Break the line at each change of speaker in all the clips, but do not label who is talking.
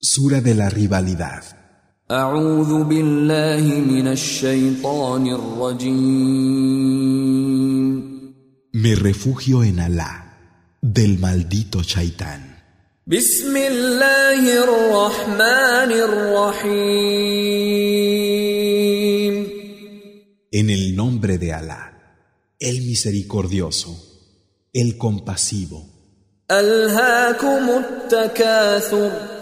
Sura de la rivalidad.
أعوذ بالله من الشيطان الرجيم
Me refugio en Alá, del maldito Shaitán.
بسم الله الرحمن الرحيم
En el nombre de Alá, el misericordioso, el compasivo.
ألهاكم التكاثر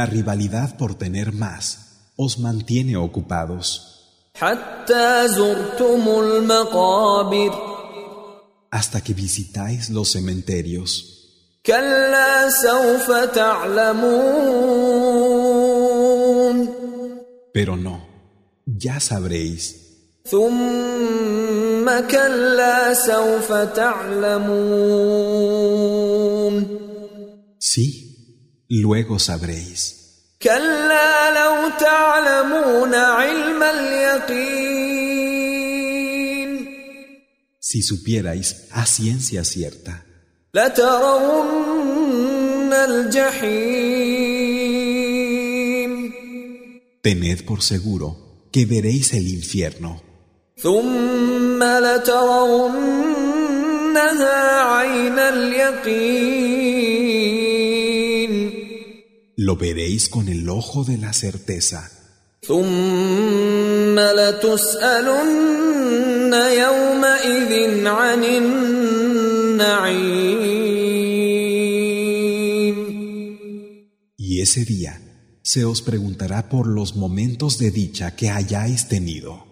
La rivalidad por tener más os mantiene ocupados
حتى زرتم المقابر
hasta que visitáis los cementerios.
كلا سوف تعلمون
Pero no, ya sabréis,
ثم كلا سوف تعلمون
sí, luego sabréis.
كلا لو تعلمون علم اليقين
Si supierais a ciencia cierta,
لترون الجحيم
tened por seguro que veréis el infierno.
ثم لترونها عين اليقين
Lo veréis con el ojo de la certeza.
ثم لتسألن يومئذ عن النعيم
Y ese día se os preguntará por los momentos de dicha que hayáis tenido.